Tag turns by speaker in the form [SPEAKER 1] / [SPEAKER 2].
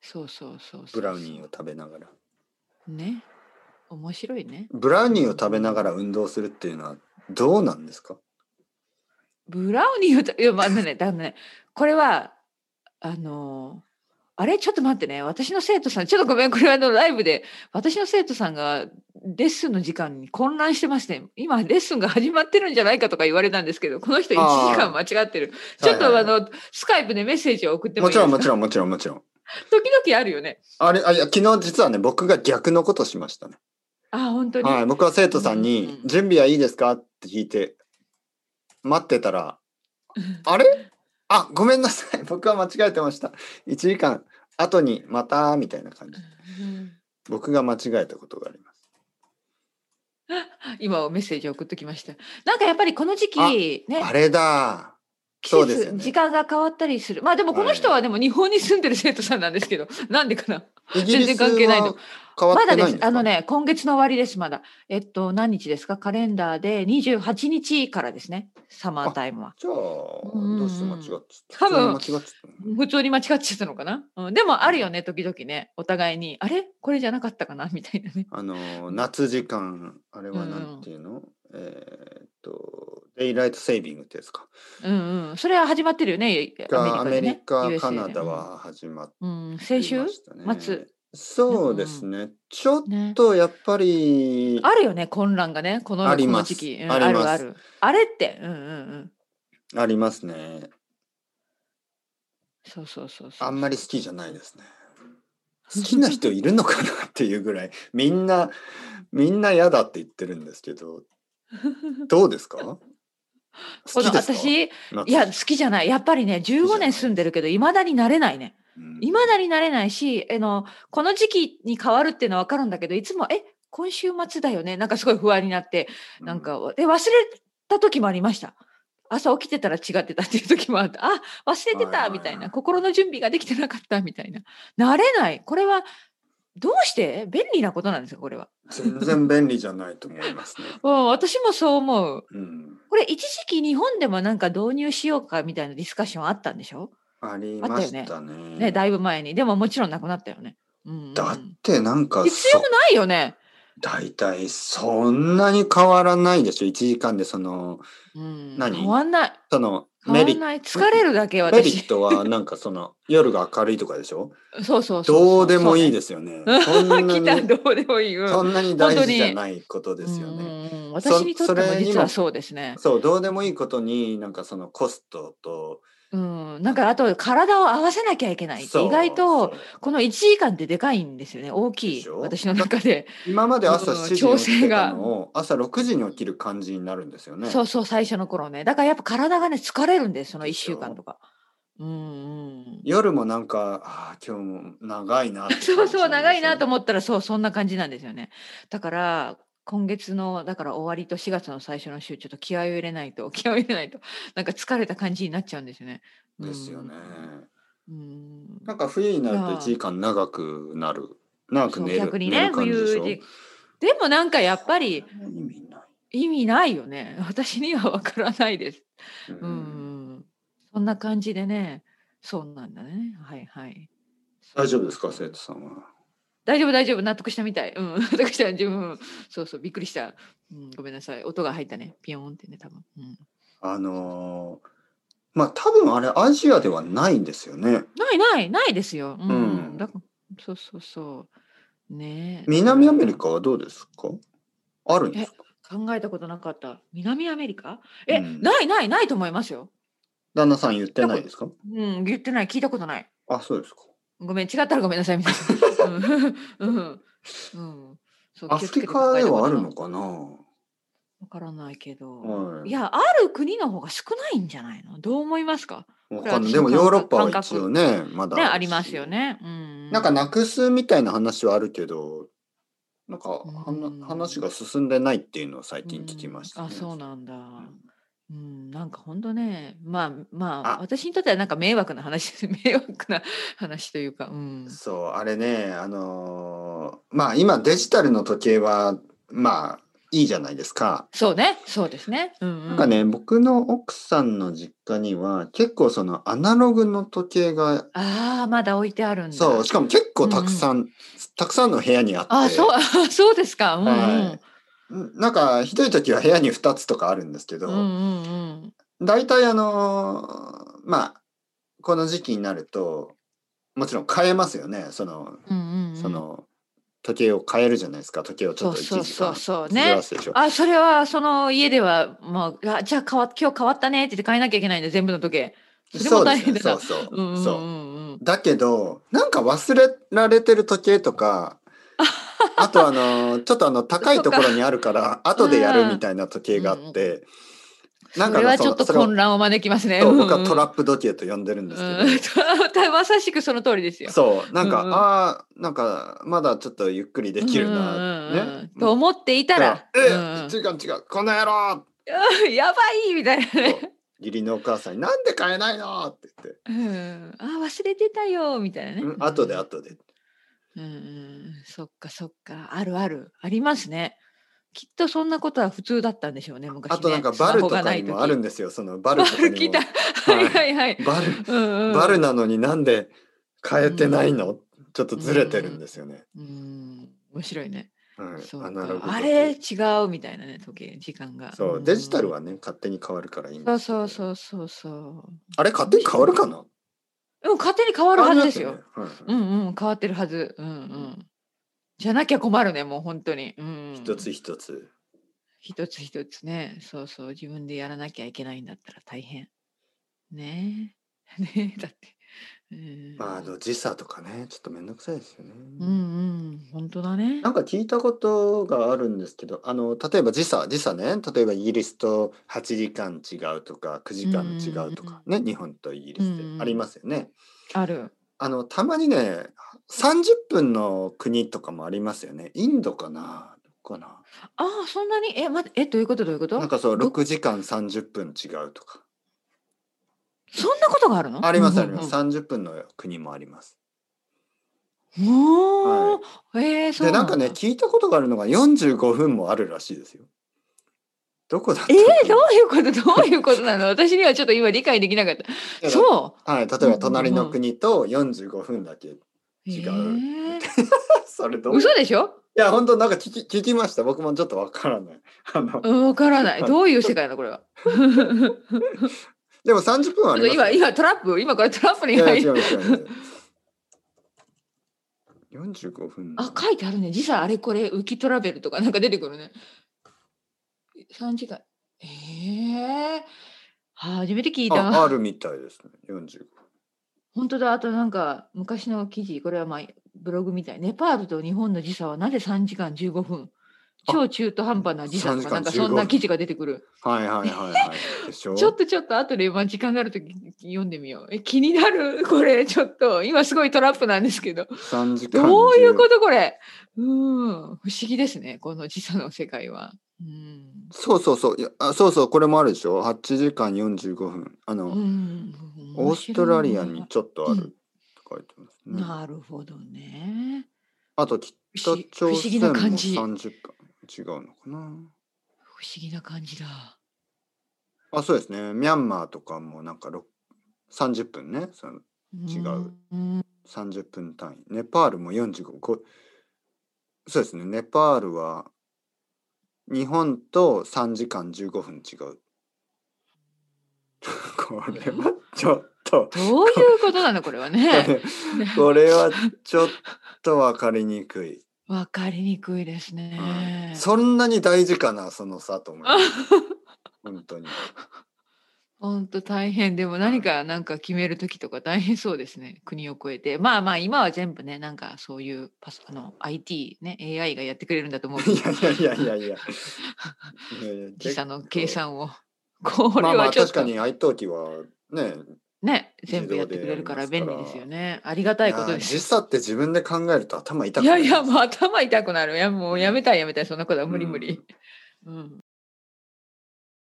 [SPEAKER 1] そうそうそうそう
[SPEAKER 2] ブラウニーを食べながら
[SPEAKER 1] ね面白いね
[SPEAKER 2] ブラウニーを食べながら運動するっていうのはどうなんですか
[SPEAKER 1] ブラウニーをたいやまあダメ ねダメねこれはあのーあれちょっと待ってね私の生徒さんちょっとごめんこれはあのライブで私の生徒さんがレッスンの時間に混乱してまして今レッスンが始まってるんじゃないかとか言われたんですけどこの人1
[SPEAKER 2] あー
[SPEAKER 1] 時間間違ってるちょっとあ
[SPEAKER 2] はいはい
[SPEAKER 1] の、スカイプでメッセージを送ってもい
[SPEAKER 2] も
[SPEAKER 1] い
[SPEAKER 2] ち
[SPEAKER 1] です
[SPEAKER 2] ろ
[SPEAKER 1] か
[SPEAKER 2] んもちろんもちろんもちろん
[SPEAKER 1] 時々あるよね
[SPEAKER 2] あれあいや昨日実はね僕が逆のことしましたね
[SPEAKER 1] あー本当に、
[SPEAKER 2] はい、僕は生徒さ
[SPEAKER 1] う
[SPEAKER 2] ん
[SPEAKER 1] ん
[SPEAKER 2] に
[SPEAKER 1] う
[SPEAKER 2] 「
[SPEAKER 1] ん
[SPEAKER 2] 準備はいいですか?」って聞いて待ってたら「あれあごめんなさい 僕は間違えてました1時間後にまた」みたいな感じ
[SPEAKER 1] うん
[SPEAKER 2] 僕が間違えたことがあります
[SPEAKER 1] 今メッセージを送ってきましたなんかやっぱりこの時期ね
[SPEAKER 2] あれだ
[SPEAKER 1] 季
[SPEAKER 2] そうです
[SPEAKER 1] 節、
[SPEAKER 2] よね
[SPEAKER 1] 時間が変わったりするまあでもこの人はでも日本に住んでる生徒さんなんです けど、なんでかな
[SPEAKER 2] イギリ
[SPEAKER 1] 全然
[SPEAKER 2] ス
[SPEAKER 1] 関係ないの
[SPEAKER 2] は変わっ
[SPEAKER 1] まだ
[SPEAKER 2] て
[SPEAKER 1] で
[SPEAKER 2] ない
[SPEAKER 1] す
[SPEAKER 2] んですか
[SPEAKER 1] あのね今月の終わりですまだえっと何日ですかカレンダーで28日からですねサマータイムは
[SPEAKER 2] じゃあ
[SPEAKER 1] うんうん
[SPEAKER 2] どうして間違っちゃった
[SPEAKER 1] 多分
[SPEAKER 2] 普通に間違っち
[SPEAKER 1] 普通に間違
[SPEAKER 2] ゃったの
[SPEAKER 1] っちゃったのかな、うん、でもあるよね時々ねお互いにあれこれじゃなかったかなみたいなね
[SPEAKER 2] あの夏時間あれはなんていうの、えーっとデイライトセービングってやつか
[SPEAKER 1] うんうんそれは始まってるよね
[SPEAKER 2] が
[SPEAKER 1] ア
[SPEAKER 2] ア
[SPEAKER 1] メ
[SPEAKER 2] メ
[SPEAKER 1] リ
[SPEAKER 2] リ
[SPEAKER 1] カ
[SPEAKER 2] カ、
[SPEAKER 1] でね USA
[SPEAKER 2] カ
[SPEAKER 1] で
[SPEAKER 2] ナダは始まっ
[SPEAKER 1] うん、うん
[SPEAKER 2] て
[SPEAKER 1] 先
[SPEAKER 2] い
[SPEAKER 1] 週
[SPEAKER 2] ましたね。
[SPEAKER 1] 末
[SPEAKER 2] そうですね、ちょっ
[SPEAKER 1] ね
[SPEAKER 2] とやっぱり、
[SPEAKER 1] あるよね混乱がねこの
[SPEAKER 2] あり
[SPEAKER 1] この
[SPEAKER 2] ます
[SPEAKER 1] 時期、うん
[SPEAKER 2] あります
[SPEAKER 1] あるあるあれってうんうんうん
[SPEAKER 2] ありますね
[SPEAKER 1] そうそうそうそう
[SPEAKER 2] あんまり好きじゃないですね 好きな人いるのかなっていうぐらいみんなみんな嫌だって言ってるんですけどどうで すか好
[SPEAKER 1] この
[SPEAKER 2] きですか
[SPEAKER 1] 私い
[SPEAKER 2] 夏
[SPEAKER 1] や好きじゃないやっぱりね15年住んでるけどいまだになれないね
[SPEAKER 2] うん
[SPEAKER 1] いまだになれないしあのこの時期に変わるっていうのは分かるんだけどいつもえ今週末だよねなんかすごい不安になってなんかで忘れた時もありました朝起きてたら違ってたっていう時もあったあ忘れて
[SPEAKER 2] はいはいは
[SPEAKER 1] た
[SPEAKER 2] い
[SPEAKER 1] みたいな心の準備ができてなかったみたいな慣れないこれはどうして便利なことなんですかこれは
[SPEAKER 2] 全然便利じゃないと思いますね、
[SPEAKER 1] うん、私もそう思 う。
[SPEAKER 2] うん、
[SPEAKER 1] これ一時期日本でもなんか導入しようかみたいなディスカッションあったんでしょ、
[SPEAKER 2] ありましたね
[SPEAKER 1] ね、だいぶ前に。でももちろんなくなったよね。うんうんうん
[SPEAKER 2] だってなんか
[SPEAKER 1] 必要ないよね。
[SPEAKER 2] 大体そんなに変わらないでしょ1時間でその
[SPEAKER 1] うん、
[SPEAKER 2] 何
[SPEAKER 1] 変わんない。
[SPEAKER 2] その
[SPEAKER 1] 変
[SPEAKER 2] メ
[SPEAKER 1] わ
[SPEAKER 2] リ
[SPEAKER 1] んない。疲れるだけ
[SPEAKER 2] メリッ
[SPEAKER 1] 私。
[SPEAKER 2] トはなんかその夜が明るいとかでしょ
[SPEAKER 1] そうそうそうそう。
[SPEAKER 2] どうでもいい
[SPEAKER 1] で
[SPEAKER 2] ですよねそんな
[SPEAKER 1] 来た
[SPEAKER 2] に
[SPEAKER 1] どうでもいい。うん
[SPEAKER 2] そんなに大事じゃないことですよね
[SPEAKER 1] うんうんうん私にとって
[SPEAKER 2] そ
[SPEAKER 1] も
[SPEAKER 2] れにも
[SPEAKER 1] 実はそうですね。
[SPEAKER 2] そうどうでもいいことになんかそのコストと
[SPEAKER 1] うん、なんかあと体を合わせなきゃいけないって
[SPEAKER 2] そう
[SPEAKER 1] 意外と
[SPEAKER 2] そう
[SPEAKER 1] この1時間ってでかいんですよね大き
[SPEAKER 2] で
[SPEAKER 1] い
[SPEAKER 2] しょ
[SPEAKER 1] 私の中で。
[SPEAKER 2] 今まで朝
[SPEAKER 1] うん
[SPEAKER 2] 7時に
[SPEAKER 1] 調
[SPEAKER 2] 起き
[SPEAKER 1] 整
[SPEAKER 2] て
[SPEAKER 1] が
[SPEAKER 2] たのを朝6時に起きる感じになるんですよね
[SPEAKER 1] そうそう最初の頃ねだからやっぱ体がね疲れるんですその1週間とかうんうん
[SPEAKER 2] 夜もなんかあー今日も長いなって感じ
[SPEAKER 1] そうそう
[SPEAKER 2] なん
[SPEAKER 1] 長
[SPEAKER 2] ですよね
[SPEAKER 1] いなと思ったらそうそんな感じなんですよねだから今月のだから終わりと4月の最初の週ちょっと気合を入れないと気合を入れないとなんか疲れた感じになっちゃうんですよねうん
[SPEAKER 2] ですよね
[SPEAKER 1] うん
[SPEAKER 2] なんか冬になる
[SPEAKER 1] い
[SPEAKER 2] と
[SPEAKER 1] やー
[SPEAKER 2] 1時間長くなる長く
[SPEAKER 1] そう
[SPEAKER 2] 寝る
[SPEAKER 1] 逆に
[SPEAKER 2] 寝
[SPEAKER 1] ね
[SPEAKER 2] る感じでし
[SPEAKER 1] 冬
[SPEAKER 2] ょ
[SPEAKER 1] ででもなんかやっぱり
[SPEAKER 2] そんな意味ない
[SPEAKER 1] 意味ないよね私には分からないです
[SPEAKER 2] う
[SPEAKER 1] うんんそんな感じでねそうなんだねはいはい
[SPEAKER 2] 大丈夫ですか生徒さんは
[SPEAKER 1] 大丈夫大丈夫納得したみたい。うん、 納得した自分。そうそうびっくりした、うん。ごめんなさい。音が入ったね。ピヨーンってね多分。うん、
[SPEAKER 2] あのーまあ多分あれアジアではないんですよね
[SPEAKER 1] ないないないですよ。うん。
[SPEAKER 2] うん
[SPEAKER 1] だからそうそうそう。ねえ。
[SPEAKER 2] 南アメリカはどうですかあるんですか
[SPEAKER 1] 考えたことなかった。南アメリカ？え、
[SPEAKER 2] うん
[SPEAKER 1] ないないないと思いますよ。
[SPEAKER 2] 旦那さん言ってないですか
[SPEAKER 1] うん言ってない聞いたことない。
[SPEAKER 2] あそうですか
[SPEAKER 1] ごめん違ったらごめんなさいみたいな。 うんうんうん。そう気
[SPEAKER 2] ア
[SPEAKER 1] を
[SPEAKER 2] フ
[SPEAKER 1] つけ
[SPEAKER 2] リ
[SPEAKER 1] て
[SPEAKER 2] カではある
[SPEAKER 1] 考えたことない
[SPEAKER 2] のかな
[SPEAKER 1] わからないけど。
[SPEAKER 2] はい
[SPEAKER 1] いやある国の方が少ないんじゃないの？どう思いますか？
[SPEAKER 2] わかんない
[SPEAKER 1] これは私の
[SPEAKER 2] でもヨーロッパは
[SPEAKER 1] 感覚
[SPEAKER 2] 一応ねまだ
[SPEAKER 1] ね、
[SPEAKER 2] るし
[SPEAKER 1] ありますよね。うん、
[SPEAKER 2] なんかなくすみたいな話はあるけどなんかはな
[SPEAKER 1] うん
[SPEAKER 2] 話が進んでないっていうのを最近聞きました
[SPEAKER 1] う
[SPEAKER 2] ね、
[SPEAKER 1] んあ、そうなんだ。
[SPEAKER 2] ん
[SPEAKER 1] うん、なんか本当ね、まあまあ
[SPEAKER 2] あ
[SPEAKER 1] 私にとってはなんか迷惑な話 です。迷惑な話というか、うん。
[SPEAKER 2] そうあれねあのーまあ今デジタルの時計はまあいいじゃないですか。
[SPEAKER 1] そうね。そうですね。うん、うん。
[SPEAKER 2] なんかね、僕の奥さんの実家には結構そのアナログの時計が
[SPEAKER 1] ああ、まだ置いてあるんだ。
[SPEAKER 2] そうしかも結構たくさん、たくさんの部屋にあって
[SPEAKER 1] あ、そう、あそうですか。うん、うん。
[SPEAKER 2] はいなんかひどい時は部屋に2つとかあるんですけど、
[SPEAKER 1] うんうんうん。
[SPEAKER 2] 大体あのーまあこの時期になるともちろん変えますよねその,、
[SPEAKER 1] うんうんうん
[SPEAKER 2] その時計を変えるじゃないですか時計をちょっと
[SPEAKER 1] そう
[SPEAKER 2] 1
[SPEAKER 1] そうそうそう
[SPEAKER 2] 時間ずらすでしょ。
[SPEAKER 1] あ、それは、その家では、もう、あ、じゃあ変わっ、今日変わったねって言って変えなきゃいけないんで、全部の時計。それも大変だな。
[SPEAKER 2] そうですねそうそう,、
[SPEAKER 1] うんうんう
[SPEAKER 2] そうん
[SPEAKER 1] うん。
[SPEAKER 2] だけどなんか忘れられてる時計 とかあとあのちょっとあの高いところにあるから後でやるみたいな時計があって、なん
[SPEAKER 1] そ
[SPEAKER 2] か
[SPEAKER 1] れはちょっと
[SPEAKER 2] その
[SPEAKER 1] 混乱を招きますね。
[SPEAKER 2] それを
[SPEAKER 1] うんうん
[SPEAKER 2] 僕はトラップ時計と呼んでるんですけど、
[SPEAKER 1] うんまさしくその通りですよ。
[SPEAKER 2] そうなんか、
[SPEAKER 1] うんうん
[SPEAKER 2] ああなんかまだちょっとゆっくりできるな、
[SPEAKER 1] うんうんうんうん
[SPEAKER 2] ね
[SPEAKER 1] と思っていたら、
[SPEAKER 2] え
[SPEAKER 1] うん
[SPEAKER 2] 違う違うこの野郎
[SPEAKER 1] うん やばいみたいなね。
[SPEAKER 2] 義理のお母さんに「なんで買えないの?」って言って
[SPEAKER 1] うん、あ忘れてたよみたいなね。
[SPEAKER 2] 「うん後で後で
[SPEAKER 1] うんうん、そっかそっかあるあるありますね。きっとそんなことは普通だったんでしょうね昔ね。
[SPEAKER 2] あとなんかバル
[SPEAKER 1] スマホ
[SPEAKER 2] と
[SPEAKER 1] が
[SPEAKER 2] か
[SPEAKER 1] ない
[SPEAKER 2] に
[SPEAKER 1] 時
[SPEAKER 2] もあるんですよそのバル
[SPEAKER 1] バ
[SPEAKER 2] とか
[SPEAKER 1] ル
[SPEAKER 2] に
[SPEAKER 1] 来
[SPEAKER 2] も
[SPEAKER 1] た。はいはいはい。
[SPEAKER 2] バル
[SPEAKER 1] うんうん、
[SPEAKER 2] バルなのになんで変えてないの、ちょっとずれてるんですよね。
[SPEAKER 1] うん面白いね。
[SPEAKER 2] はい
[SPEAKER 1] そう
[SPEAKER 2] アナログ
[SPEAKER 1] か
[SPEAKER 2] 時計
[SPEAKER 1] あれ違うみたいなね時計時間が。
[SPEAKER 2] そ
[SPEAKER 1] ん
[SPEAKER 2] うデジタルはね勝手に変わるからいいん
[SPEAKER 1] そう
[SPEAKER 2] ですけ
[SPEAKER 1] そ
[SPEAKER 2] ど
[SPEAKER 1] うそうそうそう。
[SPEAKER 2] あれ勝手に変わるかな
[SPEAKER 1] でも勝手に変わるはずですよ。
[SPEAKER 2] 変わりますよね
[SPEAKER 1] うんうん変わってるはず。うんうん。じゃなきゃ困るねもう本当に。うんうん、
[SPEAKER 2] はい一つ一つ
[SPEAKER 1] 一つ一つねそうそう自分でやらなきゃいけないんだったら大変。ね え。ねえだって。うん
[SPEAKER 2] まああの時差とかねちょっとめんどくさいですよね、
[SPEAKER 1] うんうん本当だね
[SPEAKER 2] な。んか聞いたことがあるんですけどあの例えば時差時差ね例えばイギリスと8時間違うとか9時間違うとかね、日本とイギリスでありますよね、
[SPEAKER 1] ある。
[SPEAKER 2] あのたまにね30分の国とかもありますよねインドかなどこかな
[SPEAKER 1] ああそんなにえ待ってえどういうことどういうこと
[SPEAKER 2] なんかそう
[SPEAKER 1] ど
[SPEAKER 2] 6時間30分違うとか
[SPEAKER 1] そんなことがあるの
[SPEAKER 2] あります
[SPEAKER 1] うん
[SPEAKER 2] あ
[SPEAKER 1] う
[SPEAKER 2] り
[SPEAKER 1] んうん
[SPEAKER 2] ます30分の国もあります
[SPEAKER 1] おーえー、そう
[SPEAKER 2] で
[SPEAKER 1] な
[SPEAKER 2] なんん
[SPEAKER 1] だ
[SPEAKER 2] かね聞いたことがあるのが45分もあるらしいですよどこだった
[SPEAKER 1] え
[SPEAKER 2] かな
[SPEAKER 1] ー、どういうことどういうことな の私にはちょっと今理解できなかった。そ
[SPEAKER 2] はい、例えば隣の国と45分だけ。
[SPEAKER 1] う
[SPEAKER 2] 違う
[SPEAKER 1] えー
[SPEAKER 2] それどうい
[SPEAKER 1] 嘘でしょ
[SPEAKER 2] や、本当なんか聞き聞きました。僕もちょっとわからない。 あの、
[SPEAKER 1] うんわからない。どういう世界なのこれは。ちょ
[SPEAKER 2] でも30分はあ
[SPEAKER 1] っと
[SPEAKER 2] りますよ。
[SPEAKER 1] 今、今トラップ今これトラップ
[SPEAKER 2] い
[SPEAKER 1] に
[SPEAKER 2] や
[SPEAKER 1] 入
[SPEAKER 2] いや違
[SPEAKER 1] る。
[SPEAKER 2] う違う違う。45分。
[SPEAKER 1] あ、書いてあるね。時差あれこれ、浮きトラベルとかなんか出てくるね。3時間。ええー。初めて聞いた。
[SPEAKER 2] ああるみたいですね。45分。
[SPEAKER 1] 本当だ、あとなんか昔の記事、これはまあブログみたい。ネパールと日本の時差はなぜ3時間15分
[SPEAKER 2] あ
[SPEAKER 1] 超中途半端な時差
[SPEAKER 2] 3
[SPEAKER 1] と
[SPEAKER 2] 時
[SPEAKER 1] か、
[SPEAKER 2] 間
[SPEAKER 1] なんかそん
[SPEAKER 2] 15
[SPEAKER 1] な
[SPEAKER 2] 分
[SPEAKER 1] 記事が出てくる。
[SPEAKER 2] はいはいはいはい。でしょ
[SPEAKER 1] ちょっとちょっと後で、まあ、時間があるとき読んでみよう。え、気になるこれ、 ちょっと。今すごいトラップなんですけど。
[SPEAKER 2] 3時間10。
[SPEAKER 1] どういうことこれうん。不思議ですね、この時差の世界は。うん。
[SPEAKER 2] そうそうそう。いやあそうそう、これもあるでしょ。8時間45分。あの、
[SPEAKER 1] うん、
[SPEAKER 2] オーストラリア
[SPEAKER 1] 面
[SPEAKER 2] にちょっとあ
[SPEAKER 1] うん
[SPEAKER 2] ると書いてます
[SPEAKER 1] 白い
[SPEAKER 2] ね。
[SPEAKER 1] な。なるほどね。
[SPEAKER 2] あと北
[SPEAKER 1] 不思不
[SPEAKER 2] 朝
[SPEAKER 1] 思議
[SPEAKER 2] 鮮
[SPEAKER 1] な
[SPEAKER 2] も
[SPEAKER 1] 感じ。
[SPEAKER 2] 30分違うのかな。
[SPEAKER 1] 不思議な感じだ。
[SPEAKER 2] あ、そうですね。ミャンマーとかもなんかろ30分ね。その違う
[SPEAKER 1] うん。
[SPEAKER 2] 30分単位。ネパールも45。こそうですね。ネパールは日本と3時間15分違う。 これはちょっと。
[SPEAKER 1] どういうことなのこれは
[SPEAKER 2] こ
[SPEAKER 1] ね。
[SPEAKER 2] れこれはちょっと分かりにくい。
[SPEAKER 1] わかりにくいです
[SPEAKER 2] は
[SPEAKER 1] ね
[SPEAKER 2] い。そんなに大事かな、その差と思い ます。本当に。
[SPEAKER 1] 本当大変でも何かなんか決める時とか大変そうですね国を越えてまあまあ今は全部ねなんかそういうパソあの IT ね AI がやってくれるんだと思うけど
[SPEAKER 2] いやいやい やいやいや。いやいや
[SPEAKER 1] 時差の計
[SPEAKER 2] 結
[SPEAKER 1] 算をこ
[SPEAKER 2] 構
[SPEAKER 1] れ
[SPEAKER 2] まあま
[SPEAKER 1] は
[SPEAKER 2] あ
[SPEAKER 1] ちょっ
[SPEAKER 2] 確
[SPEAKER 1] と
[SPEAKER 2] かに愛登記はね、
[SPEAKER 1] ね
[SPEAKER 2] 自動
[SPEAKER 1] 全
[SPEAKER 2] で
[SPEAKER 1] 部やってくれるから
[SPEAKER 2] やり
[SPEAKER 1] 便
[SPEAKER 2] ま
[SPEAKER 1] 利
[SPEAKER 2] すから
[SPEAKER 1] ですよねありがたいこと
[SPEAKER 2] いや
[SPEAKER 1] で
[SPEAKER 2] 時
[SPEAKER 1] す
[SPEAKER 2] 差って自分で考えると頭痛く
[SPEAKER 1] いや
[SPEAKER 2] なる
[SPEAKER 1] いやもう頭痛くなるいやもうやめたいやめたいそんなことは無理
[SPEAKER 2] うん
[SPEAKER 1] 無理、うん